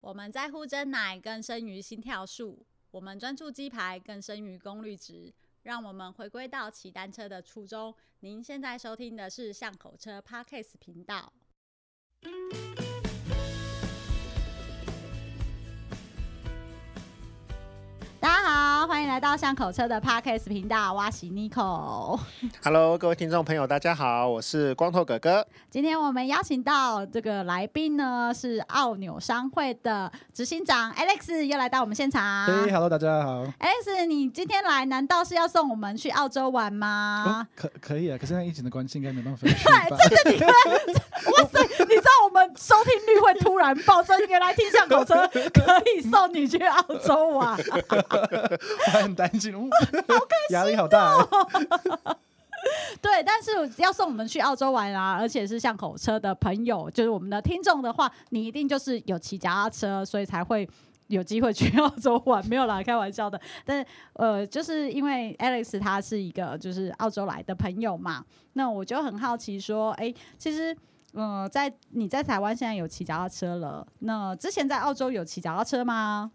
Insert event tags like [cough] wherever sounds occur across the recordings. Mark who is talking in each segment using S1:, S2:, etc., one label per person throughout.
S1: 我们在乎真奶更胜于心跳数，我们专注鸡排更胜于功率值。让我们回归到骑单车的初衷。您现在收听的是巷口车 Podcast 频道。大家好，欢迎来到巷口车的 Podcast 频道，我是 Nico。
S2: Hello，各位听众朋友，大家好，我是光头哥哥。
S1: 今天我们邀请到这个来宾呢，是澳纽商会的执行长 Alex，又来到我们现场。
S3: 嘿、h e l l o 大家好。
S1: Alex，你今天来难道是要送我们去澳洲玩吗哎
S3: 哦？可可以啊，可是那疫情的关系，应该没办 [laughs] 法去吧？
S1: 这个你会，哇塞！你知道我们收听率会突然暴增，原来听巷口车可以送你去澳洲玩。
S3: 我 [laughs] 很担心，嗯压力好大欸。
S1: [laughs] 对，但是要送我们去澳洲玩啊，而且是巷口车的朋友，就是我们的听众的话，你一定就是有骑脚踏车，所以才会。有机会去澳 [laughs] 洲玩，没有啦，开玩笑的。但是呃，就是因为 Alex 他是一个就是澳洲来的朋友嘛，那我就很好奇说，哎、其实呃，在你在台湾现在有骑脚踏车了，那之前在澳洲有骑脚踏车吗？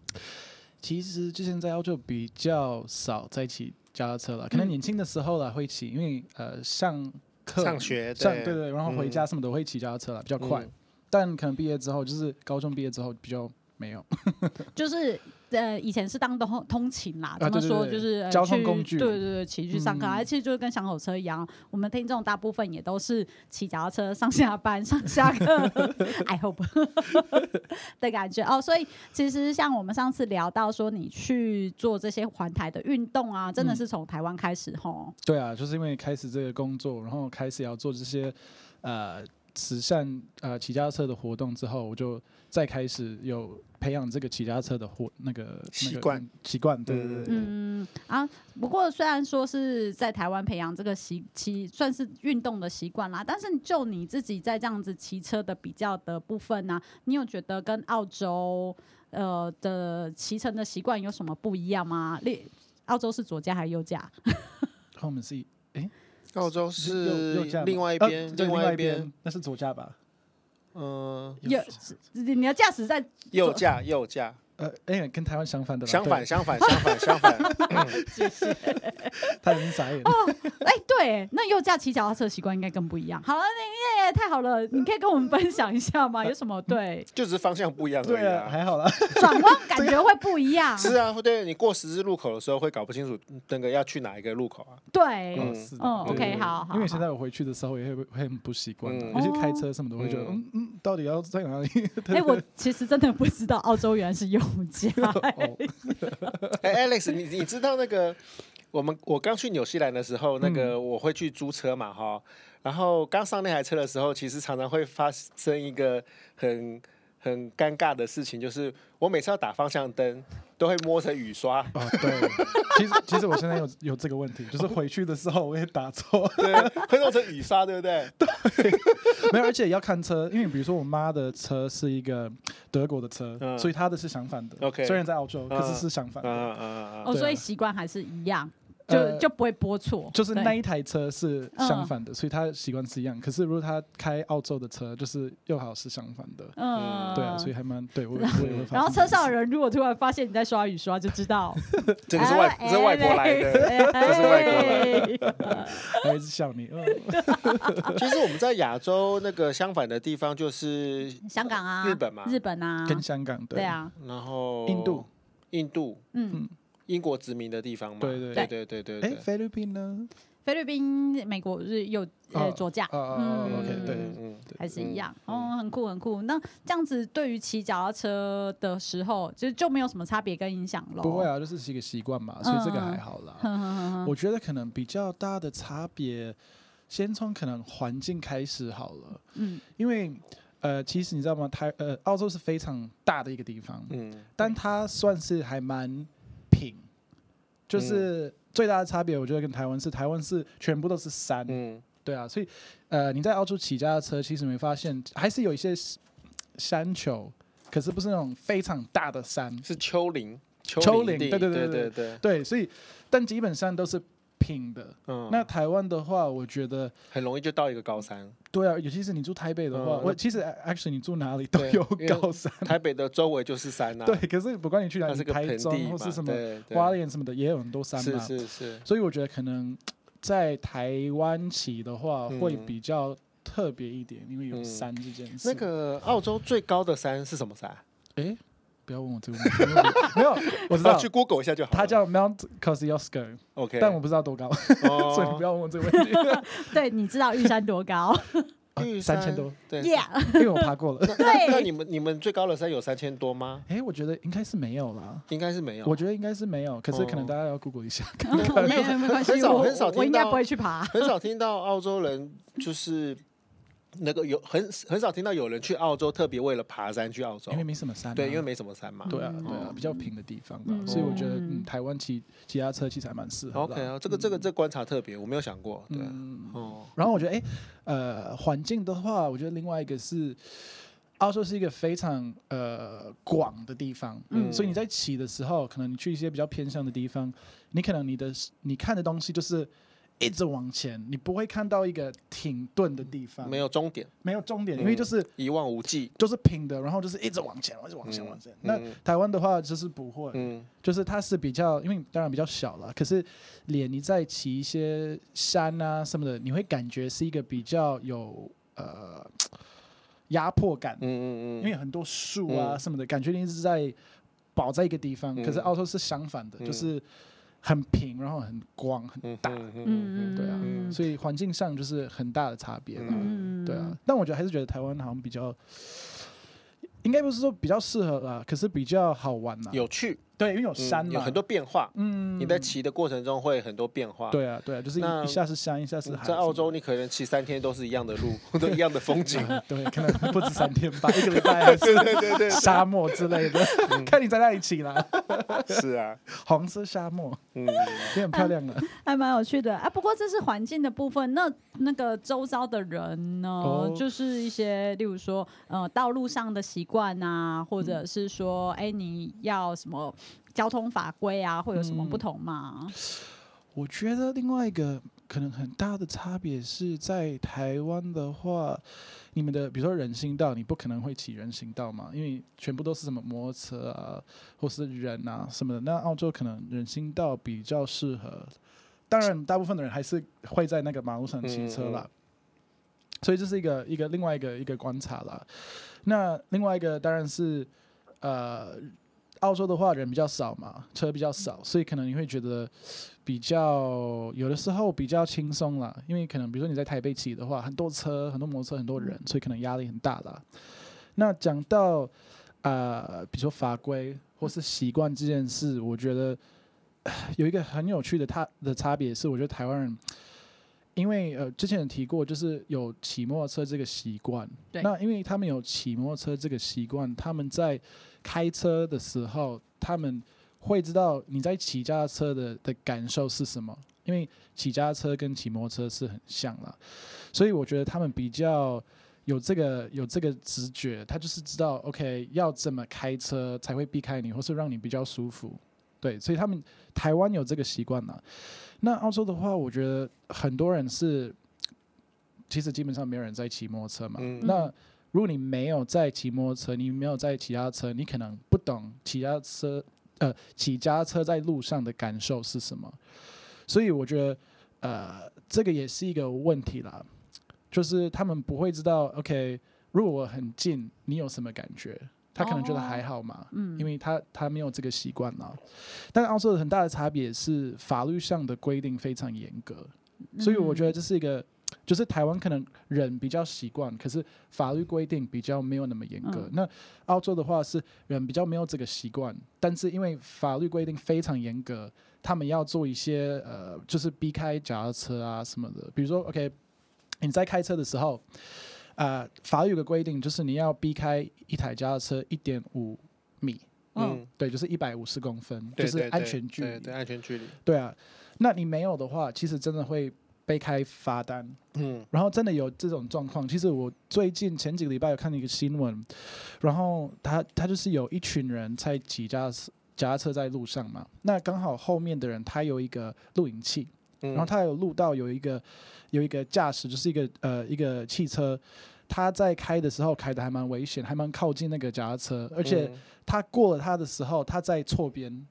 S3: 其实之前在澳洲比较少在骑脚踏车了，可
S1: 嗯
S3: 能年轻的时候啦会骑，因为呃上课、
S2: 上学
S3: 上
S2: 对
S3: 对对，然后回
S2: 嗯
S3: 家什么都会骑脚踏车了，比较快
S2: 嗯。
S3: 但可能毕业之后，就是高中毕业之后比较没有。 [laughs]
S1: 就是呃，以前是当通通勤啦，怎么
S3: 啊对对
S1: 说
S3: 对
S1: 就是、呃、
S3: 交通
S1: 去
S3: 工具
S1: 对对对，骑去上课，
S3: 嗯
S1: 而且就是跟小火车一样，我们听众大部分也都是骑脚踏车上下班、上下课 [laughs] ，I hope [laughs] 的感觉哦。所以其实像我们上次聊到说，你去做这些环台的运动啊，真的
S3: 嗯
S1: 是从台湾开始吼。
S3: 对啊，就是因为开始这个工作，然后开始要做这些呃慈善呃骑脚踏车的活动之后，我就再开始有培养这个骑脚踏车的活那个
S2: 习
S3: 那个
S2: 惯
S3: 习惯，对对对。
S1: 嗯啊，不过虽然说是在台湾培养这个习骑算是运动的习惯啦，但是就你自己在这样子骑车的比较的部分呢、啊你有觉得跟澳洲呃的骑乘的习惯有什么不一样吗？例澳洲是左驾还是右驾？
S3: 然后我们是一
S2: 澳洲
S3: 右
S2: 是
S3: 右驾吗
S2: 另外一
S3: 呃
S2: 边，
S3: 对另
S2: 外
S3: 一
S2: 边，，
S3: 那是左驾吧？
S2: 嗯，
S1: 右你的驾驶在哎
S2: 右驾，右驾，
S3: 呃，哎，跟台湾相反的啦，
S2: 相反，
S3: 对，
S2: 相反，相反， [laughs] 相反。
S3: 他很傻眼。
S1: 哎、对，那右驾骑脚踏车习惯应该更不一样。好了，你耶太好了，你可以跟我们分享一下吗？有什么对
S2: 就只是方向不一样而已
S3: 对啊，
S2: 啊。
S3: 还好啦。
S1: 转弯感觉会不一样？
S2: 是啊，对你过十字路口的时候会搞不清楚那个要去哪一个路口啊。
S1: 对，
S2: 嗯
S3: 哦 [laughs] 是的
S1: 嗯
S3: 对
S1: OK，
S3: 对
S1: 好好
S3: 因为现在我回去的时候也会会很不习惯啊，
S2: 嗯
S3: 尤其开车什么的，我会觉得
S2: 哦
S3: 嗯嗯，到底要在哪里？ [laughs]
S1: [laughs] 哎、我其实真的不知道澳洲原来是右驾、
S3: [laughs]
S1: [laughs]
S3: 哦，
S2: 哎，Alex，你你知道那个我们我刚去纽西兰的时候，那个
S3: 嗯
S2: 我会去租车嘛哈，然后刚上那台车的时候，其实常常会发生一个很很尴尬的事情，就是我每次要打方向灯，都会摸着雨刷。
S3: 哦，对，其实其实我现在有有这个问题，就是回去的时候我也打错， [laughs]
S2: 对，会弄成雨刷，对不对？
S3: 没有，而且也要看车，因为比如说我妈的车是一个德国的车，
S2: 嗯
S3: 所以她的是相反的。
S2: OK
S3: 虽然在澳洲，
S2: 嗯
S3: 可是是相
S2: 嗯
S3: 反的，
S2: 嗯嗯嗯
S1: 哦，
S3: 对啊
S1: 所以习惯还是一样，就、
S3: 呃
S1: 就不会播错。
S3: 就是
S1: 对嗯
S3: 那一台车是相反的，所以她习惯是一样。可是如果她开澳洲的车，就是又好是相反的，
S1: 嗯，
S3: 对啊，所以还蛮对
S1: [laughs]
S3: 我我也会发现。
S1: 然后车上的人如果突然发现你在刷雨刷，就知
S3: [laughs]
S1: 道哎
S2: 嗯，这
S1: 啊
S2: 个是外这是外国来的。
S1: 的，这
S2: 是外
S1: 国来的。
S3: 还一直笑你，嗯，
S2: 其实我们在亚洲那个相反的地方就是，
S1: 香港啊，
S2: 日本嘛
S1: 日本啊，
S3: 跟香港
S1: 对，啊，
S2: 然后
S3: 印度、
S2: 印度、
S1: 嗯，
S2: 英国殖民的地方嘛。
S3: 对对
S2: 对对对对
S3: 哎
S2: 对，。
S3: 菲律宾呢？
S1: 菲律宾、美国是右呃
S3: 哦
S1: 左驾，
S3: 哦哦哦
S1: 嗯
S3: OK，对
S2: 嗯嗯
S1: 还是
S2: 嗯
S1: 一样，
S2: 嗯
S1: 哦，很酷很酷。那这样子对于骑脚踏车的时候，就就没有什么差别跟影响喽？
S3: 不会啊，就是一个习惯嘛，所以这个
S1: 嗯
S3: 还好啦。
S1: 哼哼哼哼，
S3: 我觉得可能比较大的差别，先从可能环境开始好了，
S1: 嗯
S3: 因为呃，其实你知道吗？台呃，澳洲是非常大的一个地方，
S2: 嗯，
S3: 但它算是还蛮平，
S2: 嗯
S3: 就是最大的差别，我觉得跟台湾是，台湾是全部都是山，
S2: 嗯
S3: 对啊，所以呃，你在澳洲骑家的车，其实你会发现还是有一些山丘，可是不是那种非常大的山，
S2: 是丘陵，丘
S3: 丘
S2: 陵地，
S3: 陵对
S2: 对
S3: 对对
S2: 对
S3: 对
S2: 对，
S3: 对，所以但基本上都是拼的。
S2: 嗯，
S3: 那台湾的话，我觉得
S2: 很容易就到一个高山。
S3: 对啊，尤其是你住台北的话，
S2: 嗯
S3: 我其实哎 actually 你住哪里都
S2: 对
S3: 有
S2: 因为
S3: 高山。 [laughs]
S2: 台北的周围就是山啊，
S3: 对，，可是不管你去哪
S2: 它
S3: 里，
S2: 是个
S3: 台
S2: 盆地
S3: 中
S2: 嘛，
S3: 或是什么
S2: 对，对
S3: 花莲什么的，也有很多山
S2: 是
S3: 嘛。
S2: 是是，
S3: 所以我觉得可能在台湾起的话，
S2: 嗯
S3: 会比较特别一点，因为有
S2: 嗯
S3: 山这件事。
S2: 那个澳洲最高的山是什么山？
S3: 诶，不要问我这个
S2: [laughs]
S3: 问题，因为我没有，我知
S2: 啊
S3: 道
S2: 去 Google 一下就好了。
S3: 它叫 Mount Kosciuszko，
S2: OK，哦
S3: 但我不知道多高， [laughs] 所以你不
S2: 要
S3: 要问我这
S2: [laughs]
S3: 个问题。
S1: 对，你知道玉山多高
S3: 啊三千多，，
S2: 对。
S1: ？Yeah，
S3: [laughs] 因为我爬过了。
S2: 那那
S1: 对
S2: 那你们你们最高的山有三千多吗？
S3: 诶，我觉得应该是没有啦。
S2: 应该是没有，
S3: 我觉得应该是没有，可是可能
S2: 哦
S3: 大家要 Google 一下。
S1: [laughs] 没有没关系，
S2: 很少
S1: 我
S2: 很少听
S1: 我应该
S2: 到
S1: 不会去爬。
S2: 很少听到澳洲人就是那个有很很少听到有人去澳洲特别为了爬山去澳洲
S3: 因，为没什么山、啊。
S2: 对，因为没什么山嘛。
S3: 对啊，
S1: 嗯
S3: 对啊，比较平的地方吧，
S1: 嗯
S3: 所以我觉得、嗯、
S1: 嗯
S3: 台湾骑骑他车其实还蛮适合的
S2: OK
S3: 啊。
S2: 啊，这个这个这观察特别，我没有想过，对啊，
S3: 嗯，
S2: 哦，
S3: 然后我觉得，哎、呃，环境的话，我觉得另外一个是，澳洲是一个非常呃广的地方，
S1: 嗯
S3: 所以你在骑的时候，可能你去一些比较偏向的地方，你可能你的你看的东西就是一直往前，你不会看到一个停顿的地方，
S2: 没有终点，
S3: 没有终点，
S2: 嗯
S3: 因为就是。
S2: 一望无际。
S3: 就是平的，然后就是一直往前，一直往前，
S2: 嗯
S3: 往前。
S2: 嗯
S3: 那台湾的话就是不会，
S2: 嗯
S3: 就是它是比较，因为当然比较小了，可是脸你在骑一些山啊什么的，你会感觉是一个比较有呃压迫感，
S2: 嗯嗯嗯，
S3: 因为有很多树啊
S2: 嗯
S3: 什么的，感觉你一直在保在一个地方。
S2: 嗯
S3: 可是澳洲是相反的，
S2: 嗯
S3: 就是很平，然后很光，很
S2: 嗯
S3: 大，
S2: 嗯
S1: [laughs] 嗯，
S3: 对啊
S1: 嗯
S3: 所以环境上就是很大的差别吧。
S1: 嗯，
S3: 对啊，但我觉得还是觉得台湾好像比较。应该不是说比较适合啦，可是比较好玩啦。
S2: 嗯有趣，
S3: 对，因为有山
S2: 嗯
S3: 嘛，
S2: 有很多变化，
S3: 嗯，
S2: 你在骑的过程中会很多变化。
S3: 对啊，对啊，就是
S2: 那
S3: 一一下是山，一下是
S2: 嗯，
S3: 海。
S2: 在澳洲，你可能骑三天都是一样的
S3: [laughs]
S2: 路，都一样的风景
S3: 什。么的，对， [laughs] 可能不止三天
S2: [laughs]
S3: 吧，一个礼拜还是
S2: 对对对，嗯
S3: 沙漠之类的，看你在哪里骑啦。 [laughs]
S2: 是啊，
S3: 红色沙漠
S2: 嗯，
S3: 也很漂亮的。啊
S1: 还蛮有趣的啊。不过这是环境的部分，那那个周遭的人呢，
S3: 哦
S1: 就是一些例如说，呃，道路上的习惯啊，或者是说，哎、你要什么交通法规啊，会有什么不同吗？
S3: 我觉得另外一个可能很大的差别是在台湾的话，你们的比如说人行道，你不可能会骑人行道嘛，因为全部都是什么摩托车啊，或是人啊什么的。那澳洲可能人行道比较适合，当然大部分的人还是会在那个马路上骑车啦。所以这是一个一个另外一个一个观察啦。那另外一个当然是，呃，澳洲的话人比较少嘛，车比较少，所以可能你会觉得比较有的时候比较轻松啦，因为可能比如说你在台北骑的话，很多车、很多摩托车、很多人，所以可能压力很大啦。那讲到呃，比如说法规或是习惯这件事，我觉得呃有一个很有趣的它的差别是，我觉得台湾人。因为呃，之前有提过，就是有骑摩托车这个习惯。
S1: 对
S3: 那因为他们有骑摩托车这个习惯，他们在开车的时候，他们会知道你在骑脚踏车的的感受是什么。因为骑脚踏车跟骑摩托车是很像啦，所以我觉得他们比较有这个有这个直觉，他就是知道 OK 要怎么开车才会避开你，或是让你比较舒服。对，所以他们台湾有这个习惯啦。那澳洲的话，我觉得很多人是，其实基本上没有人在骑摩托车嘛。
S2: 嗯
S3: 那如果你没有在骑摩托车，你没有在骑他车，你可能不懂骑他车，呃，骑家车在路上的感受是什么。所以我觉得，呃，这个也是一个问题啦，就是他们不会知道，OK，如果我很近，你有什么感觉？他可能觉得
S1: 哦
S3: 还好嘛，
S1: 嗯
S3: 因为他他没有这个习惯啦。但澳洲的很大的差别是法律上的规定非常严格，
S1: 嗯
S3: 所以我觉得这是一个，就是台湾可能人比较习惯，可是法律规定比较没有那么严格。
S1: 嗯
S3: 那澳洲的话是人比较没有这个习惯，但是因为法律规定非常严格，他们要做一些呃，就是避开脚踏车啊什么的。比如说，OK，你在开车的时候，呃，法律有个规定就是你要避开一台脚踏车一点五米，
S2: 嗯，
S3: 对，就是一百五十公分，
S2: 对
S3: 哦就是
S2: 对
S3: 安
S2: 对
S3: 全距
S2: 对
S3: 离
S2: 对，。安全距离，
S3: 对啊，那你没有的话，其实真的会被开罚单。
S2: 嗯
S3: 然后真的有这种状况。其实我最近前几个礼拜有看到一个新闻，然后他他就是有一群人在骑脚踏车脚踏车在路上嘛，那刚好后面的人他有一个录影器，
S2: 嗯
S3: 然后他有录到有一个有一个驾驶，就是一个呃一个汽车，他在开的时候开的还蛮危险，还蛮靠近那个脚踏车，而且
S2: 嗯
S3: 他过了他的时候，他在错边，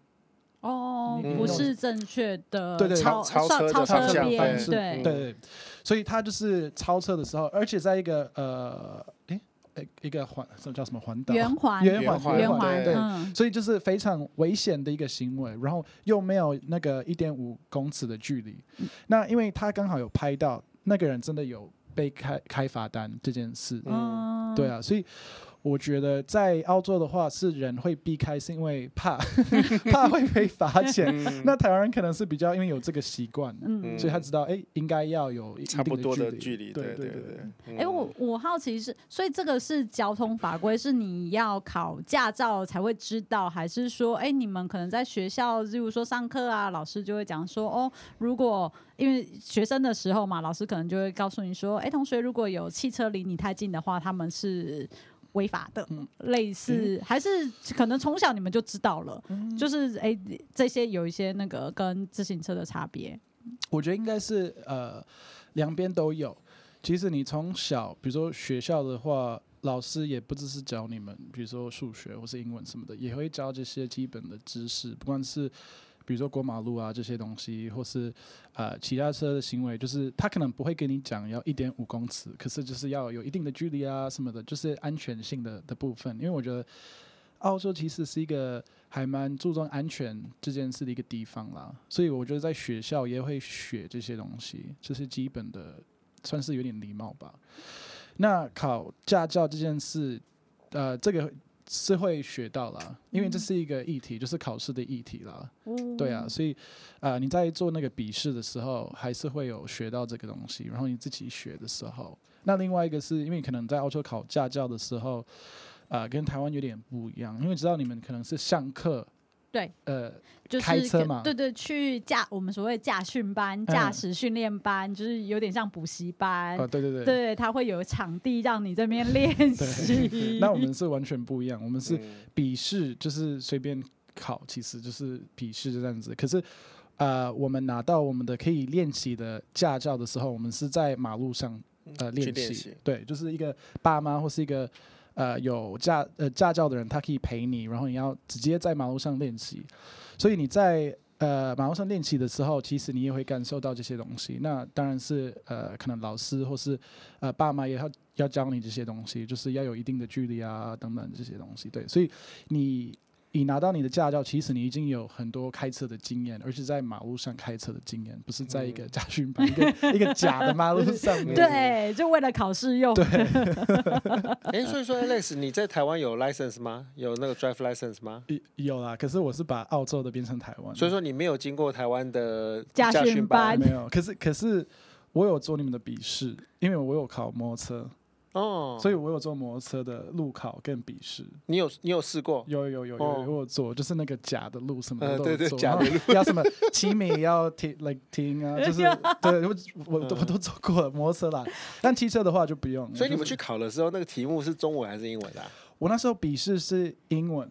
S1: 哦
S3: 你，
S1: 不
S2: 你
S1: 是正确的，
S3: 对对
S1: 超
S2: 超
S1: 上
S2: 车的
S1: 超
S2: 方
S1: 车
S2: 向
S1: 边
S3: 方，式
S1: 对
S3: 对，对，所以他就是超车的时候，而且在一个呃诶诶一个环这叫什么环岛？
S1: 圆环
S3: 嗯圆
S2: 环
S3: 环
S1: 圆
S2: 圆环
S1: 环，
S2: 对
S1: 嗯，
S3: 所以就是非常危险的一个行为，然后又没有那个一点五公尺的距离。那因为他刚好有拍到那个人真的有被开开罚单这件事，
S2: 嗯
S1: 哦
S3: 对，啊，所以我觉得在澳洲的话是人会避开，是因为怕 [laughs] 怕会被罚钱。
S2: 嗯
S3: 那台湾人可能是比较因为有这个习惯，
S1: 嗯
S2: 嗯。
S3: 所以他知道哎、应该要有一
S2: 差不多的
S3: 的
S2: 距离，对
S3: 对对对。
S2: 对嗯
S1: 哎、我我好奇是，所以这个是交通法规，是你要考驾照才会知道，还是说，哎、你们可能在学校，例如说上课啊，老师就会讲说，哦，如果因为学生的时候嘛，老师可能就会告诉你说，哎、同学，如果有汽车离你太近的话，他们是违法的，
S3: 嗯嗯
S1: 类似还是可能从小你们就知道了，就是哎、这些有一些那个跟自行车的差别，
S3: 我觉得应该是呃，两边都有。其实你从小，比如说学校的话，老师也不只是教你们，比如说数学或是英文什么的，也会教这些基本的知识，不管是比如说过马路啊这些东西，或是呃骑单车的行为，就是他可能不会跟你讲要一点五公尺，可是就是要有一定的距离啊什么的，就是安全性的的部分。因为我觉得澳洲其实是一个还蛮注重安全这件事的一个地方啦，所以我觉得在学校也会学这些东西，这是基本的，算是有点礼貌吧。那考驾照这件事，呃，这个是会学到啦，因为这是一个议题，就是考试的议题啦。对啊，所以呃，你在做那个笔试的时候，还是会有学到这个东西。然后你自己学的时候，那另外一个是因为可能在澳洲考驾照的时候，呃，跟台湾有点不一样，因为知道你们可能是上课，
S1: 对，
S3: 呃，
S1: 就是
S3: 开车
S1: 可
S3: 嘛
S1: 对对，去驾我们所谓驾训班、驾驶训练班，就是有点像补习班。
S3: 哦，对对对，
S1: 对，它会有场地让你这
S3: [laughs]
S1: 边练习。
S3: 那我们是完全不一样，我们是
S2: 嗯
S3: 笔试就是随便考，其实就是笔试这样子。可是，呃，我们拿到我们的可以练习的驾照的时候，我们是在马路上呃
S2: 嗯去
S3: 练
S2: 练
S3: 习
S2: 习，
S3: 对，就是一个爸妈或是一个呃有驾呃驾照的人，他可以陪你，然后你要直接在马路上练习。所以你在呃马路上练习的时候，其实你也会感受到这些东西。那当然是呃，可能老师或是呃爸妈也要要教你这些东西，就是要有一定的距离啊等等这些东西。对，所以你。你拿到你的驾照，其实你已经有很多开车的经验，而且在马路上开车的经验，不是在一个驾训班、一个一个假的马路上面。
S1: 对，就为了考试
S3: [laughs]
S1: 用。对，
S2: 哎，所以说 Alex，你在台湾有 license 吗？有那个 drive license 吗？
S3: 有有啦，可是我是把澳洲的变成台湾，
S2: 所以说你没有经过台湾的
S1: 驾训
S2: 训
S1: 班
S3: 没有。可是可是我有做你们的笔试，因为我有考摩托车，
S2: 哦，
S3: 所
S2: 以
S3: 以我有做摩托车的路考跟笔试，
S2: 你有你有试过？
S3: 有有有有
S2: 哦
S3: 有我有做，就是那个假的路什么的
S2: 呃
S3: 都
S2: 对
S3: 有
S2: 对
S3: 做，
S2: 假
S3: 然
S2: 的
S3: 后 [laughs] 要什么骑美也要停 like
S2: [laughs]
S3: 停啊，就是对我我我都我都做过了摩托车啦，但汽车的话就不用。
S2: 嗯所以你
S3: 就
S2: 们
S3: 是
S2: 去考的时候，那个题目是中文还是英文的啊？
S3: 我那时候笔试是英文，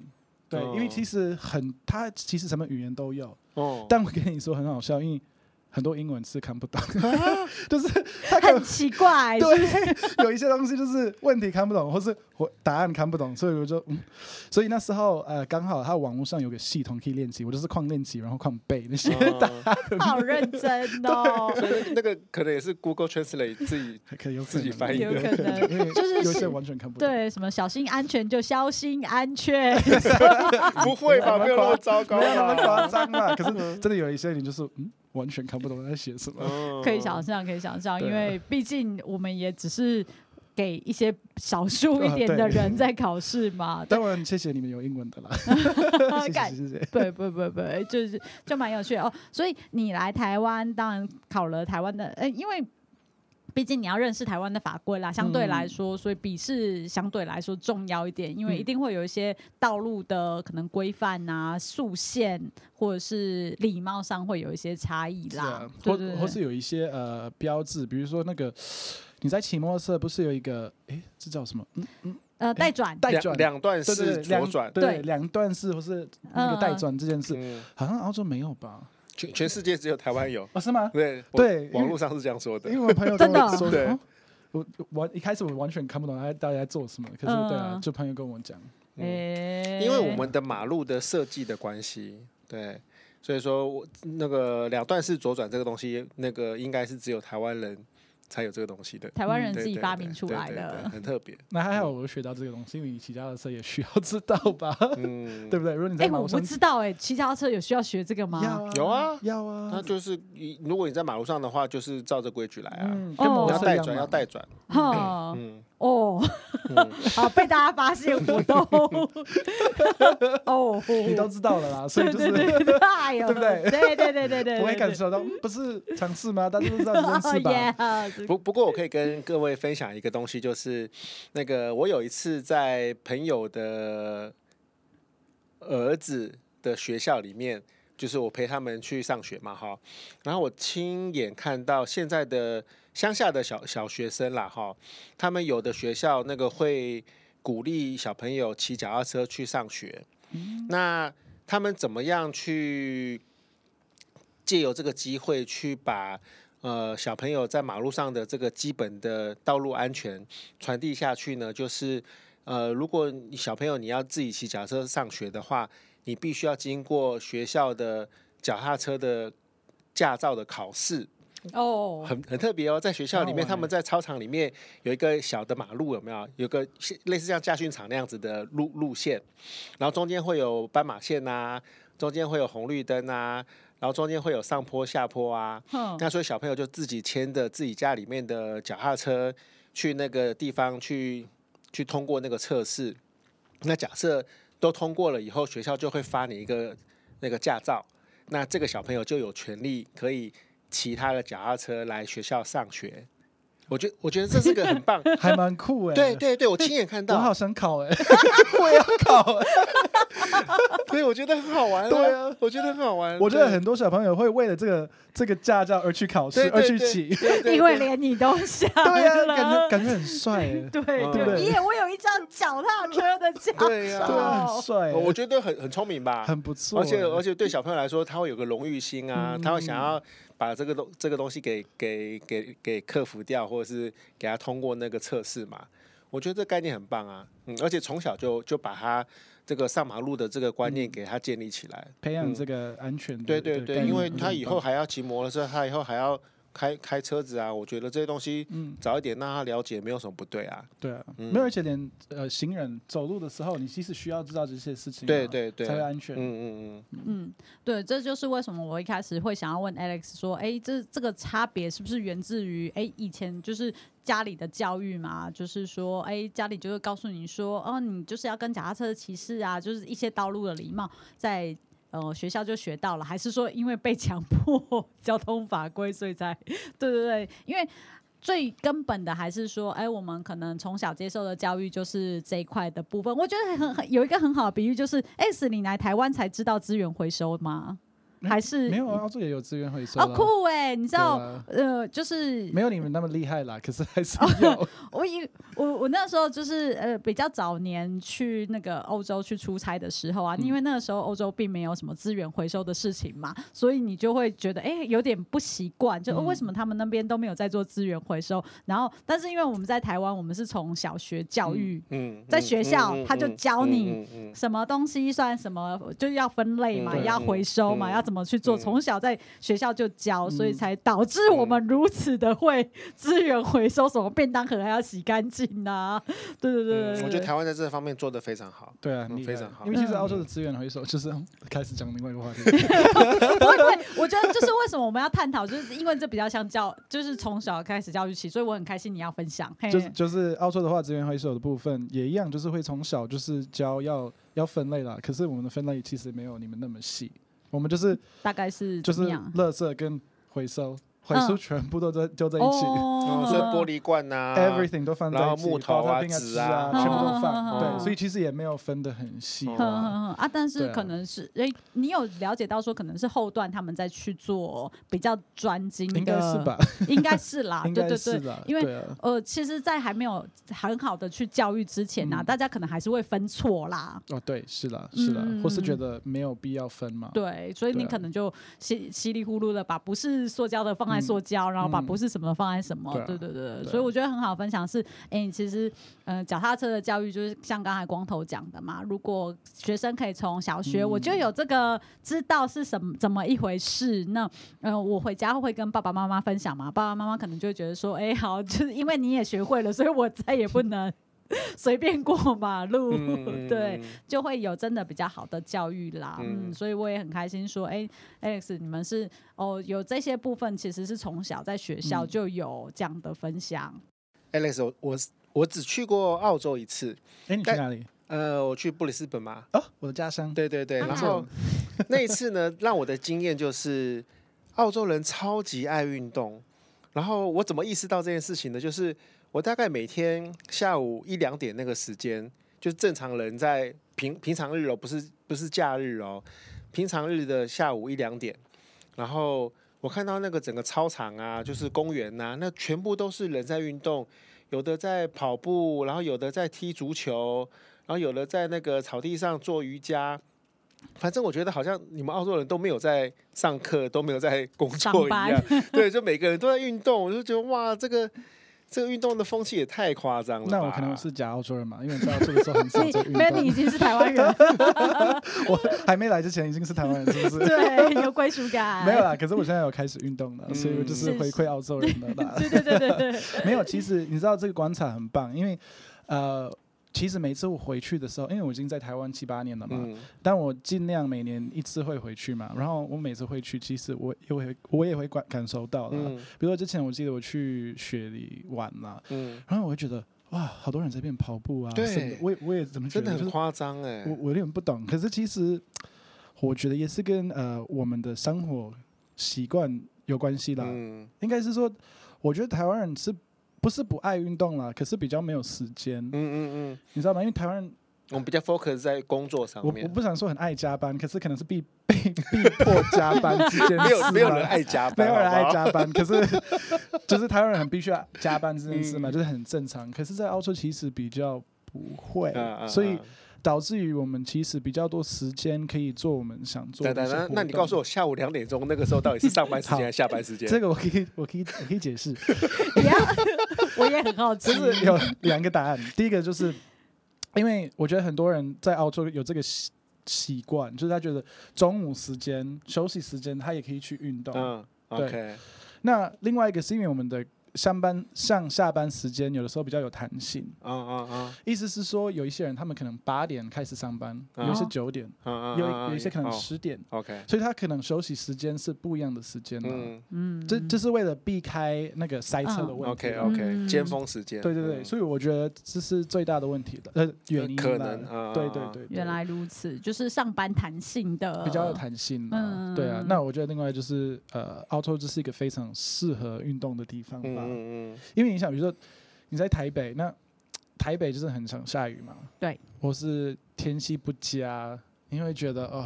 S3: 对，因为
S2: 哦
S3: 其实很它其实什么语言都有，
S2: 哦，
S3: 但我跟你说很好笑，因为很多英文是看不懂， [laughs]
S2: 啊
S3: 就是他可能
S1: 很奇怪。
S3: [laughs]
S1: [laughs]
S3: 对，有一些东西就是问题看不懂，或是我答案看不懂，所以我就，嗯、所以那时候呃，刚好他网络上有个系统可以练习，我就是狂练习，然后狂背那些。
S2: 哦
S1: 好认真哦。
S2: 所以那个可能也是 Google Translate 自
S3: [laughs]
S2: 己
S3: [laughs] 可以有
S2: 自己
S3: 可能
S2: 翻译
S1: 有
S2: 的。
S1: 可
S3: [laughs]
S1: 能
S3: 因为
S1: 就是
S3: 有
S1: 是
S3: 些完全看不懂。
S1: 对，什么小心安全就小心安
S3: [laughs]
S1: 全，
S2: 不会吧？没有那么糟糕
S3: 啊没有那么夸
S2: 吧？
S3: 张啦，可是真的有一些你就是嗯，完全看不懂在写什
S1: 嗯
S3: 么。
S2: 哦
S1: 可以想象，可以想象，
S3: 对
S1: 因为毕竟我们也只是给一些少数一
S3: 啊
S1: 点
S3: [laughs] 对
S1: 的人在考试嘛。 [laughs]
S3: 当然，谢谢你们有英文的啦， [laughs] 谢
S1: 啊感
S3: 谢谢谢。
S1: 对， [laughs] 不不不，就是就蛮有趣的哦。所以你来台湾，当然考了台湾的，呃，因为毕竟你要认识台湾的法规啦，相对来
S3: 嗯
S1: 说，所以笔试相对来说重要一点，因为一
S3: 嗯
S1: 定会有一些道路的可能规范啊、速限或者是礼貌上会有一些差异
S3: 是
S1: 啦
S3: 啊，，
S1: 对
S3: 或
S1: 对
S3: 或
S1: 对
S3: 是有一些呃标志，比如说那个你在骑摩托车不是有一个诶，这叫什么？嗯嗯，
S1: 呃，带转，
S3: 带
S2: 两
S3: 转
S2: 两段
S3: 对对
S2: 式
S3: 对
S2: 左
S3: 两
S2: 转，
S3: 对
S1: 对
S3: 两段式或是那
S1: 嗯
S3: 个带转这件事，
S2: 嗯
S3: 好像澳洲没有吧？
S2: 全全世界只有台湾
S3: [laughs]
S2: 有。
S3: 哦，是吗？
S2: 对
S3: 对因为
S2: 网络上是这样说的
S3: 因为。我朋友
S1: 真的
S3: 跟我说，
S2: 对
S3: 哦我我一开始我完全看不懂大家大家在做什么，可是对啊
S1: 嗯，
S3: 就朋友跟我讲，
S1: 哎
S2: 因为我们的马路的设计的关系，对，所以说我那个两段式左转这个东西，那个应该是只有台湾人才有这个东西的，
S1: 台
S3: 嗯
S1: 湾人
S2: 对
S1: 自己
S2: 对
S1: 发
S2: 对
S1: 明出
S2: 对
S1: 来
S2: 对对
S1: 的，哎
S2: 很
S1: [laughs]
S2: 特别。
S3: 那还好我学到这个东西，因为你骑脚踏车也需要知道吧，
S2: 嗯，
S3: [laughs] 对不对？如果你
S1: 哎、
S3: 在马
S1: 我
S3: 路
S1: 不
S3: 上，
S1: 知道哎、骑脚踏车有需要学这个吗？
S3: 要
S2: 有啊
S3: 要
S2: 那
S3: 啊，
S2: 就是你如果你在马路上的话，就是照着规矩来啊，
S3: 嗯，
S1: 哦
S3: 跟摩
S2: 你
S3: 托
S2: 要带
S3: 车一样
S2: 转，
S3: 嘛
S2: 要带转。
S1: 哈、
S2: 嗯，
S1: 哦，
S3: 嗯
S1: 好被大家发现我
S3: [laughs]
S1: 都哦，
S3: 你都知道了啦，所以
S1: 对
S3: 就
S1: 对
S3: 是
S1: 对对，哎呦，
S3: 对不对
S1: 对对对对对，
S3: 不会感
S1: 对
S3: 受到，嗯不是尝试吗？大家都知道你
S1: [laughs]
S3: 认
S1: 哦
S3: 识吧？
S1: 耶，是
S2: 不不过我可以跟各位分享一个东西，就是那个我有一次在朋友的儿子的学校里面，就是我陪他们去上学嘛哈，然后我亲眼看到现在的乡下的小小学生啦哈，他们有的学校那个会鼓励小朋友骑脚踏车去上学，那他们怎么样去借由这个机会去把呃小朋友在马路上的这个基本的道路安全传递下去呢？就是呃，如果你小朋友你要自己骑脚踏车上学的话，你必须要经过学校的脚踏车的驾照的考试。
S1: 哦，
S2: 很很特别哦，在学校里面，
S3: 很好玩
S2: 他们在操场里面有一个小的马路，有没有？有个像类似像驾训场那样子的路路线，然后中间会有斑马线啊，中间会有红绿灯啊，然后中间会有上坡下坡啊。
S3: 嗯
S1: 哼
S2: 那所以小朋友就自己牵着自己家里面的脚踏车去那个地方去去通过那个测试。那假设都通过了以后，学校就会发你一个那个驾照，那这个小朋友就有权利可以骑他的脚踏车来学校上学。我觉我觉得这是个很
S3: [laughs]
S2: 棒，
S3: 还蛮酷哎，
S2: 对，对对，我亲眼看
S3: [laughs] 我好
S2: 到，[laughs]
S3: 想考哎，我也要
S2: 欸
S3: 考哎，
S2: 对，我觉得很好玩、
S3: 对啊，
S2: 我觉得很好玩，
S3: 我觉得
S2: 对
S3: 很多小朋友会为了这个这个驾照而去考
S2: 对，
S3: 试而
S2: 对
S3: 去
S2: 对
S3: 骑，
S2: 对对
S1: 因为连你都想
S3: 对啊，
S1: 了 [laughs]
S3: 感觉感觉很帅哎，
S1: 对
S2: 对不
S1: 对，
S2: 对
S1: 耶，我有一张脚踏车的驾照，
S2: 对啊
S3: 对啊，
S1: 哦
S3: 很帅
S2: 我我
S3: 哎，
S2: 觉得很很聪明吧，
S3: 很不错哎，
S2: 而且而且对小朋友来说，他会有个荣誉心啊，他会想要把这个东这个东西给给给给克服掉，或者是给他通过那个测试嘛。我觉得这概念很棒啊，嗯，而且从小就就把他这个上马路的这个观念给他建立起来。
S3: 培养
S2: 嗯
S3: 这个安全的
S2: 对
S3: 概念，
S2: 对对，因为他以后
S3: 嗯
S2: 还要骑摩托车，他以后还要开开车子啊，我觉得这些东西
S3: 嗯，
S2: 早一点让他了解，没有什么不对啊。
S3: 对啊，
S2: 嗯
S3: 没有，而且连呃行人走路的时候，你其实需要知道这些事情嘛，啊
S2: 对对对，
S3: 才会安
S2: 嗯
S3: 全。
S2: 嗯嗯，
S1: 嗯，对，这就是为什么我一开始会想要问 Alex 说，哎，这这个差别是不是源自于哎以前就是家里的教育嘛？就是说，哎，家里就会告诉你说，哦，你就是要跟脚踏车的骑士啊，就是一些道路的礼貌，在呃学校就学到了，还是说因为被强迫交通法规，所以才对对对，因为。最根本的还是说，哎、我们可能从小接受的教育就是这一块的部分。我觉得很很有一个很好的比喻，就是 S 你来台湾才知道资源回收吗？还是
S3: 没有啊，澳洲也有资源回收
S1: 好、
S3: 啦，
S1: 哦、酷哎、你知
S3: 对
S1: 道，
S3: 啊
S1: 呃，就是
S3: 没有你们那么厉害啦，可是还是有。
S1: 我以我我那时候就是呃比较早年去那个欧洲去出差的时候啊，因为那个时候欧洲并没有什么资源回收的事情嘛，所以你就会觉得哎、诶有点不习惯，就、呃
S3: 嗯
S1: 为什么他们那边都没有在做资源回收？然后但是因为我们在台湾，我们是从小学教育。
S2: 嗯，
S1: 在学校他就教你
S2: 嗯嗯嗯
S1: 什么东西算什么，就是要分类嘛，
S2: 嗯
S1: 要回收嘛，
S2: 嗯
S1: 要怎么去做，
S2: 嗯
S1: 从小在学校就教，
S3: 嗯
S1: 所以才导致我们如此的会资源回收，什么便当盒还要洗干净呐，对对对对
S2: 嗯
S1: 对，
S2: 我觉得台湾在这方面做的非常好。
S3: 对啊，
S2: 嗯
S3: 厉害
S2: 非常好
S3: 因为其实澳洲的资源回收就是 [laughs] 开始讲另外一个话题，
S1: 不会不会，我觉得就是为什么我们要探讨，就是因为这比较像教，就是从小开始教育起，所以我很开心你要分享。嘿
S3: 就是就是澳洲的话，资源回收的部分也一样，就是会从小就是教要要分类啦。可是我们的分类其实没有你们那么细，我们就是
S1: 大概是
S3: 就
S1: 怎
S3: 是
S1: 么样？
S3: 垃圾跟回收回收全部都在就在一起、
S2: 哦，所以玻
S1: 哦，
S2: 璃罐啊呐
S3: e v e r y t h i n g 都放在
S2: 然后
S3: 一起，
S2: 木头啊
S3: 包括冰
S2: 纸
S3: 纸
S2: 啊
S3: 啊，全部都
S1: 嗯
S3: 放。
S2: 嗯
S3: 对，所以其实也没有分得很细
S2: 嗯
S1: 呵
S3: 啦。
S1: 呵呵啊，但是
S3: 对啊
S1: 可能是诶，你有了解到说，可能是后段他们再去做比较专精的，
S3: 应该是？吧？，
S1: 应该是啦
S3: [laughs] 应
S1: 对
S3: 该
S1: 对
S3: 是
S1: 对。
S3: 吧？
S1: 因为
S3: 对啊
S1: 呃，其实，在还没有很好的去教育之前呢、啊
S3: 嗯
S1: 大家可能还是会分错啦。
S3: 哦，对，是啦，是啦
S1: 嗯，
S3: 或是觉得没有必要分嘛？
S1: 对，所以
S3: 对
S1: 你
S3: 啊
S1: 可能就稀稀里糊涂的把不是塑胶的放在塑胶，然后把
S3: 嗯
S1: 不是什么的放在什么，
S3: 对啊
S1: 对对对对。
S3: 对啊
S1: 所以我觉得很好分享是，哎、你其实呃，脚踏车的教育就是像刚才光头讲的嘛，如果学生可以从小学、
S3: 嗯
S1: 我就有这个知道是什么怎么一回事，那呃，我回家会跟爸爸妈妈分享嘛，爸爸妈妈可能就会觉得说，哎、好，就是因为你也学会了，所以我再也不能 [laughs] 随便过马路，
S2: 嗯，
S1: [laughs] 对。就会有真的比较好的教育啦。
S2: 嗯
S1: 嗯，所以我也很开心说，哎、a l e x 你们是哦有这些部分，其实是从小在学校
S3: 嗯
S1: 就有这样的分享。
S2: Alex，我我我只去过澳洲一次，
S3: 哎，你去
S2: 但
S3: 哪里？
S2: 呃，我去布里斯本嘛，
S3: 哦，我的家乡。
S2: 对对对，
S1: 啊
S2: 然后那一次呢，让我的经验就是，澳洲人超级爱运动。然后我怎么意识到这件事情呢？就是我大概每天下午一两点那个时间，就是正常人在平平常日哦，不是不是假日哦，平常日的下午一两点，然后我看到那个整个操场啊，就是公园呐、那全部都是人在运动，有的在跑步，然后有的在踢足球，然后有的在那个草地上做瑜伽。反正我觉得好像你们澳洲人都没有在上课，都没有在工作
S1: 上
S2: 一
S1: 班
S2: 样，对，就每个人都在运动，我就觉得哇，这个这个运动的风气也太夸张了吧。
S3: 那我可能是假澳洲人嘛，因为在澳洲的时候很少在
S1: 你
S3: 运
S1: 没有，你已
S3: 动。
S1: 经是台湾
S3: [laughs]
S1: 人，
S3: 我还没来之前已经是台湾人，是不是？
S1: 对，有归属感。
S3: 啊没有啦，可是我现在有开始运动了，所以我就是
S1: 嗯
S3: 回馈澳洲人的啦。 [laughs]
S1: 对对对对对， [laughs]
S3: 没有，其实你知道这个广场很棒，因为呃，其实每次我回去的时候，因为我已经在台湾七八年了嘛，
S2: 嗯，
S3: 但我尽量每年一次会回去嘛。然后我每次回去，其实我也会我也会感感受到的。
S2: 嗯
S3: 比如说之前我记得我去雪梨玩啦，
S2: 嗯，
S3: 然后我会觉得哇，好多人在变跑步啊，
S2: 对
S3: 什么的我也我也怎么觉
S2: 真的
S3: 得就
S2: 很
S3: 是
S2: 夸张哎、
S3: 我我有点不懂，可是其实我觉得也是跟呃我们的生活习惯有关系啦。
S2: 嗯
S3: 应该是说，我觉得台湾人是不是不爱运动啦？可是比较没有时间，
S2: 嗯嗯嗯，
S3: 你知道吗？因为台湾人，
S2: 我们比较 focus 在工作上
S3: 我我
S2: 面，
S3: 不想说很爱加班，可是可能是必被逼迫加班这件事
S2: [laughs]
S3: 啦
S2: 没有没有人。爱加
S3: 没
S2: 班，
S3: 有
S2: 好
S3: 人
S2: 不
S3: 爱
S2: 好
S3: 加班，可是就是台湾人很必须要加班这件事
S2: 嗯
S3: 嘛，就是很正常。可是，在澳洲其实比较不会，
S2: [laughs] 嗯嗯
S3: 所以
S2: 嗯
S3: 导致于我们其实比较多时间可以做我们想做
S2: 等
S3: 的一
S2: 等，
S3: 些活
S2: 那
S3: 动。
S2: 那你告诉我，下午两点钟那个时候到底是上班时
S3: [laughs]
S2: 间还是下班时间？
S3: 这个我可以，我可以，我可以
S2: [laughs]
S3: 解释。
S1: 不要， [laughs] 我也很好奇
S3: 就。是有两个答案。第一个就是，因为我觉得很多人在澳洲有这个习习惯，就是他觉得中午时间休息时间，他也可以去运动。
S2: 嗯，OK，
S3: 那另外一个是因为我们的上班上下班时间有的时候比较有弹性，
S2: 嗯嗯嗯
S3: 意思是说有一些人他们可能八点开始上班，
S2: 嗯
S3: 有一些九点，
S2: 嗯嗯，
S3: 有有一些可能
S2: 哦
S3: 十点，
S2: OK，
S3: 所以他可能休息时间是不一样的时间嘛。
S2: 嗯
S1: 嗯，
S3: 这这是为了避开那个塞车的问题
S2: ，OK
S3: 啦。
S2: OK，
S1: 嗯
S2: 尖峰时间，
S3: 对对对，
S2: 嗯
S3: 所以我觉得这是最大的问题的，呃，原因
S2: 可
S3: 啦
S2: 能啊
S3: 对对对，对
S1: 原来如此，就是上班弹性的
S3: 比较有弹性嘛
S1: 嗯，
S3: 对啊。那我觉得另外就是，呃，澳洲就是一个非常适合运动的地方
S2: 嗯
S3: 吧，
S2: 嗯嗯
S3: 因为你想，比如说你在台北，那台北就是很常下雨嘛，
S1: 对，
S3: 或是天气不佳，你会觉得哦，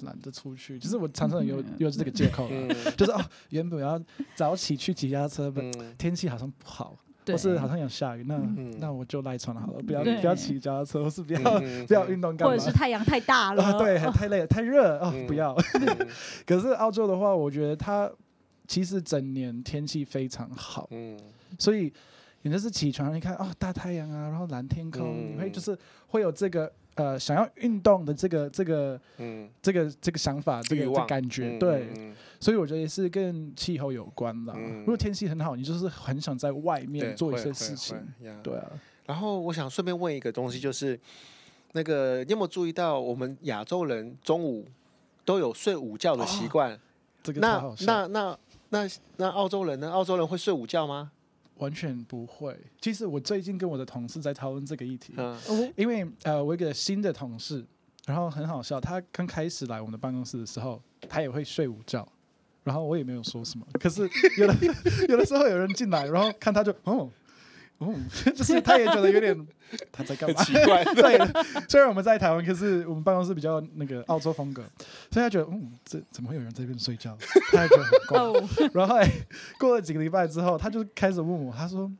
S3: 懒得出去，就是我常常有
S1: 嗯
S3: 有这个借口啦，
S2: 嗯
S3: 就是哦，原本要早起去骑脚踏车，不，
S2: 嗯
S3: 天气好像不好，
S1: 对
S3: 或是好像有下雨，那、 [laughs]
S2: 嗯
S3: 那我就赖床好了，不要
S1: 对
S3: 不要骑脚踏车，或是不要、
S2: 嗯
S3: [laughs] 不要运动干
S1: 或
S3: 嘛
S1: 者？是太阳太大了，
S2: [laughs]
S3: 啊，
S1: [laughs]
S3: 对，还太累了，太热了哦，
S2: 嗯
S3: 不要。 [laughs] 可是澳洲的话，我觉得它其实整年天气非常好，
S2: 嗯
S3: 所以你就是起床一看哦，大太阳啊，然后蓝天空，
S2: 嗯
S3: 你会就是会有这个呃想要运动的这个这个
S2: 嗯，
S3: 这个这个想法，这个
S2: 欲
S3: 这
S2: 望嗯
S3: 个感觉，对。所以我觉得也是跟气候有关啦。
S2: 嗯
S3: 如果天气很好，你就是很想在外面做一些事
S2: 对
S3: 情。。
S2: 会会会呀
S3: 对啊，
S2: 然后我想顺便问一个东西，就是那个你有没有注意到，我们亚洲人中午都有睡午觉的习惯？
S3: 哦这个超
S2: 那
S3: 好笑
S2: 那那那那澳洲人呢？澳洲人会睡午觉吗？
S3: 完全不会。其实我最近跟我的同事在讨论这个议题，
S2: 嗯 [laughs]
S1: 哦，
S3: 因为呃，我有一个新的同事，然后很好笑，他刚开始来我们的办公室的时候，他也会睡午觉，然后我也没有说什
S2: [laughs]
S3: 么。可是有的有的时候有人进来，然后看他就哦哦， [laughs] 就是他也觉得有点他在干
S2: 很
S3: 嘛？
S2: 奇怪。
S3: [laughs] 对，虽然我们在台湾，可是我们办公室比较那个澳洲风格，所以他觉得嗯，这怎么会有人在这边睡觉？他也觉得很怪。
S1: 哦，
S3: [laughs] 然后、哎，过了几个礼拜之后，他就开始问我，他说：“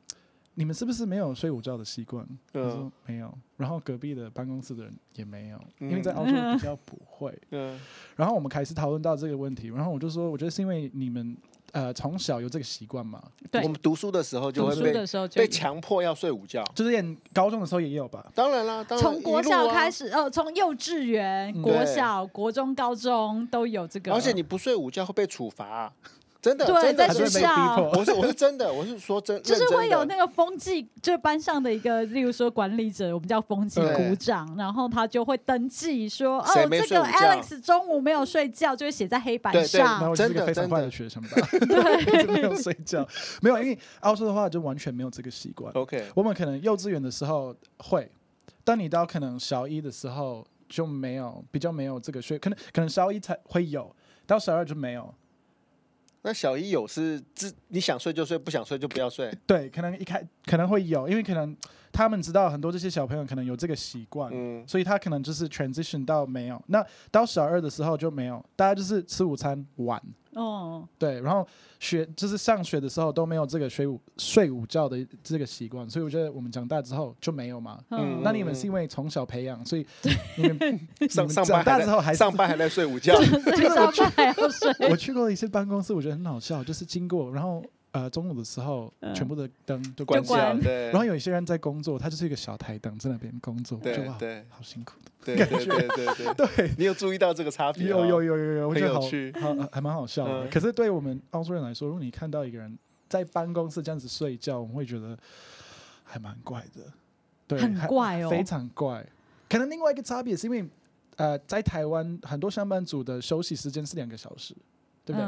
S3: 你们是不是没有睡午觉的习惯？”我说
S2: 嗯：“
S3: 没有。”然后隔壁的办公室的人也没有，
S2: 嗯
S3: 因为在澳洲比较不会。
S2: 嗯
S3: 然后我们开始讨论到这个问题，然后我就说：“我觉得是因为你们呃从小有这个习惯嘛，
S1: 对
S2: 我们读书的时候就
S1: 读
S2: 会
S1: 书
S2: 被
S1: 的时候就
S2: 被强迫要睡午觉。
S3: 就是连高中的时候也有吧。”
S2: 当然啦，当然
S1: 从国小开
S2: 始，
S1: 始，哦，从幼稚园、
S3: 嗯
S1: 国
S2: 啊对
S1: 小、国中、高中都有这个，
S2: 而且你不睡午觉会被处罚啊，真的，
S1: 对
S2: 真
S1: 在
S2: 的
S3: 还
S1: 学
S3: 是会被逼
S1: 校
S3: 迫。
S2: 我是我是真的，我是说真，
S1: [laughs] 就是
S2: 认真
S1: 会有
S2: 的
S1: 那个风纪，就是班上的一个，例如说管理者，我们叫风纪
S2: 对
S1: 股长，然后他就会登记说，哦
S2: 谁，没
S1: 这
S2: 睡
S1: 个
S2: 午觉
S1: Alex 中午没有睡觉，就会写在黑板
S2: 对对
S3: 然
S1: 上
S3: 后。我就是一
S2: 真的
S3: 个非常
S2: 真的
S3: 坏的学生吧， [laughs] 一直没有睡觉，没有，因为澳洲的话就完全没有这个习惯。
S2: OK，
S3: 我们可能幼稚园的时候会，但你到可能小一的时候就没有，比较没有这个学，可能可能小一才会有，到小二就没有。
S2: 那小一有是自你想睡就睡，不想睡就不要睡。
S3: 对，可能一开可能会有，因为可能他们知道很多这些小朋友可能有这个习惯，
S2: 嗯，
S3: 所以他可能就是 transition 到没有。那到小二的时候就没有，大家就是吃午餐晚。
S1: 哦，
S3: 对，然后学就是上学的时候都没有这个睡午睡午觉的这个习惯，所以我觉得我们长大之后就没有嘛。
S1: 嗯
S2: 嗯，
S3: 那你们是因为从小培养，所以
S2: [laughs]
S3: 你们
S2: 上上
S3: 长
S2: 班
S3: 大
S2: 在
S3: 之后还是
S2: 上班还在睡午觉，
S1: [laughs] 所以上班还
S2: [laughs]
S1: 要睡。
S3: [laughs] 我去过一些办公室，我觉得很好笑，就是经过，然后呃中午的时候，
S1: 嗯
S3: 全部的灯都
S2: 关
S3: 关
S1: 就关
S2: 掉
S3: 掉，
S2: 对
S3: 然后有一些人在工作，他就是一个小台灯在那边工作，我
S2: 对
S3: 觉得哇 [laughs]
S2: 对
S3: 好辛苦的。
S2: 对对对对对，
S3: 对，
S2: 你有注意到这个差别？啊
S3: 有有，有有有，我觉得
S2: 很有趣
S3: 好好还蛮好笑的。
S2: 嗯
S3: 可是对我们澳洲人来说，如果你看到一个人在办公室这样子睡觉，我们会觉得还蛮怪的，对，
S1: 很
S3: 还
S1: 怪哦
S3: 非常怪。可能另外一个差别是因为呃，在台湾很多上班族的休息时间是两个小时，对不对？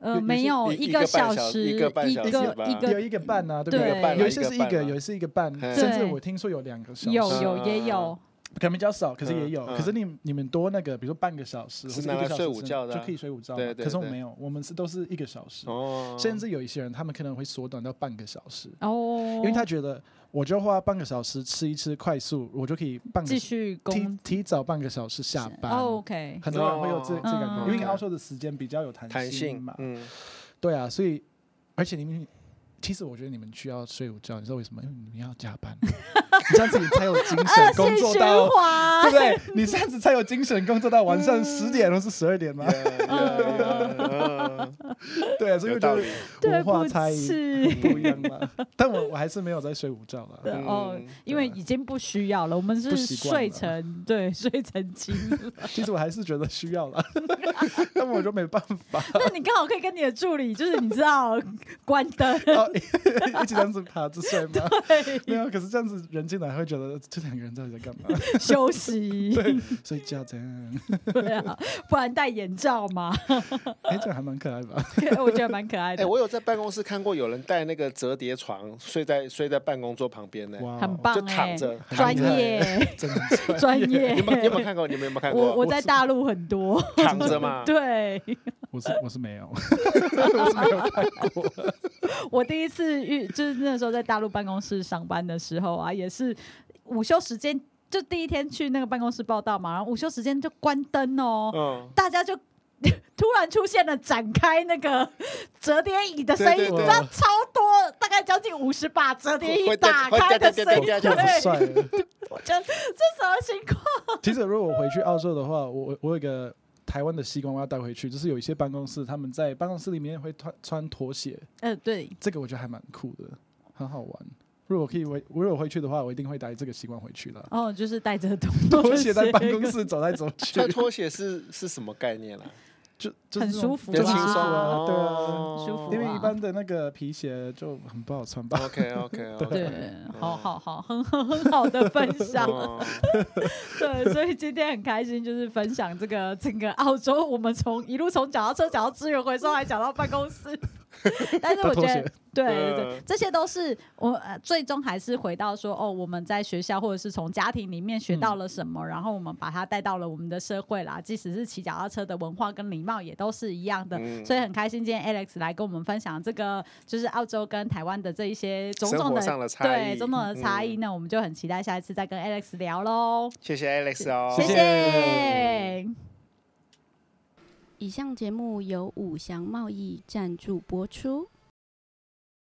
S1: 嗯，呃，
S3: 有有些
S1: 没有
S2: 一
S1: 一
S2: 一个半
S1: 小
S2: 小
S1: 时，
S2: 一个半小时吧
S1: 一
S3: 有
S1: 个
S3: 一个半啊，对不
S1: 嗯对
S3: 对？
S2: 一个半啦
S3: 有一些是一
S2: 一个
S3: 个，
S2: 半啦
S3: 有一些是一个半，
S2: 嗯
S3: 甚至
S1: 对
S3: 我听说有两个小时，
S1: 有
S2: 嗯
S1: 有也有，
S3: 可能比较少，可是也有。
S2: 嗯嗯
S3: 可是你你们多那个，比如说半个小时
S2: 是
S3: 或者
S2: 拿
S3: 一
S2: 来
S3: 个小时
S2: 睡午觉的啊
S3: 就可以睡午觉嘛。
S2: 对对
S3: 可是我们
S2: 对
S3: 没有，我们是都是一个小时，
S1: 嗯
S2: 哦，
S3: 甚至有一些人他们可能会缩短到半个小时，
S1: 哦，因
S3: 因为他觉得我就花半个小时吃一吃快速，我就可以半个
S1: 继续
S3: 提
S1: 工
S3: 提早半个小时下班。
S1: 哦，OK，
S3: 很多人会有这、
S2: 哦
S3: 这感觉，
S1: 嗯
S3: 因为澳洲的时间比较有弹
S2: 弹性
S3: 嘛。 [laughs]
S2: 嗯， [laughs]
S3: 对啊，所以而且你们，其实我觉得你们需要睡午觉，你知道为什么？因为你们要加
S1: [laughs]
S3: 班，你这样子你才有精神
S1: 恶
S3: 工
S1: 性
S3: 作
S1: 循 [laughs]
S3: 到，对 [laughs]
S1: 环
S3: 不。对？你这样子才有精神工作到晚上十点或是十二
S1: [laughs]
S3: 点嘛。
S2: 啊嗯
S3: 对啊，所以我
S2: 有
S3: 觉
S2: 道
S3: 得
S2: 理。
S1: 对
S3: 文
S1: 不
S3: 化差异
S1: 起，
S3: 不一样嘛。 [laughs] 但我我还是没有在睡午觉了。
S1: 的哦
S2: 嗯，
S1: 因为已经不需要了，我们是
S3: 不习惯
S1: 睡
S3: 了
S1: 成对 [laughs] 睡成精了。
S3: 其实我还是觉得需要了，但我就没办法，
S1: 那你刚好可以跟你的助理，就是你知道 [laughs] 关灯，
S3: 然哦后一 [laughs] 一起这样子趴着睡嘛。没
S1: 对，
S3: 有，啊可是这样子人进来会觉得这两个人到底在干嘛？
S1: 休息，
S3: 睡觉这样，
S1: 对啊，不然戴眼罩嘛，
S3: 哎，这样还蛮可爱吧？
S1: 我觉得蛮可爱
S2: 哎、
S1: 的。
S2: 我有在办公室看过有人带那个折叠床睡在睡在办公桌旁边呢、
S3: 哇，哦
S1: 很棒
S2: 就
S1: 哎、
S2: 躺着
S1: 专
S2: 躺着
S1: 业
S3: 真的
S1: 专
S2: [laughs] 你
S1: 业
S2: 们。你有没有看过？你们有没有看
S1: 我
S2: 过？啊
S1: 我在大陆很多，，
S2: 躺着嘛
S1: [laughs] 对
S3: 我是我是没有，
S1: [laughs] 我第一次遇就是那时候在大陆办公室上班的时候啊，也是午休时间，就第一天去那个办公室报道嘛，然后午休时间就关灯哦，
S2: 嗯，
S1: 大家就 [laughs] 突然出现了展开那个折叠椅的声音，
S2: 对对
S1: 你
S2: 对
S1: 知道超多，大概将近五十把折叠椅
S2: 会
S1: 打
S2: 会
S1: 开的
S2: 对对
S1: 声
S2: 对
S1: 音，
S2: 对
S1: 对
S2: 对对
S3: 好帅啊。
S1: 我觉得这什么情况？
S3: 其实如果我回去澳洲的话，我我我有一个台湾的习惯，我要带回去，就是有一些办公室他们在办公室里面会穿穿拖鞋，
S1: 嗯、对，
S3: 这个我觉得还蛮酷的，很好玩。如果可以回，如果回去的话，我一定会带这个习惯回去
S2: [laughs]
S3: 的。
S1: 哦，就是带着
S3: 拖
S1: 拖
S3: 鞋在办公，室走来走去
S2: 穿，拖鞋是是什么概念啦、啊
S3: 就就是
S1: 很
S3: 这种
S1: 舒服
S2: 比较
S3: 就
S2: 轻
S3: 轻
S2: 松
S3: 松
S1: 啊
S3: 啊，对啊。
S2: 哦
S1: 舒服
S3: 因为
S1: 啊
S3: 一般的那个皮鞋就很不好穿吧。
S2: OK OK OK，
S3: [laughs]
S1: 对，好好好，很很很好的分
S3: 啊
S1: 享。
S2: 哦
S1: [laughs] 对，所以今天很开心，就是分享这个整个澳洲，我们从一路从脚踏车讲到资源回收，还讲到办公室， [laughs] 但是我觉
S3: 拖
S1: 得
S3: 鞋，
S1: 对对对
S2: 嗯，
S1: 这些都是我、呃、最终还是回到说，哦，我们在学校或者是从家庭里面学到了什么，然后我们把它带到了我们的社会啦。即使是骑脚踏车的文化跟礼貌也都是一样的，
S2: 嗯
S1: 所以很开心今天 Alex 来跟我们分享这个就是澳洲跟台湾的这一些种
S2: 生
S1: 种
S2: 活
S1: 的
S2: 上的差异，
S1: 对种种的差
S2: 嗯
S1: 异，那我们就很期待下一次再跟 Alex 聊喽。
S2: 谢谢 Alex 哦，
S1: 谢
S3: 谢
S1: 谢。
S4: 以上节目由五祥贸易赞助播出。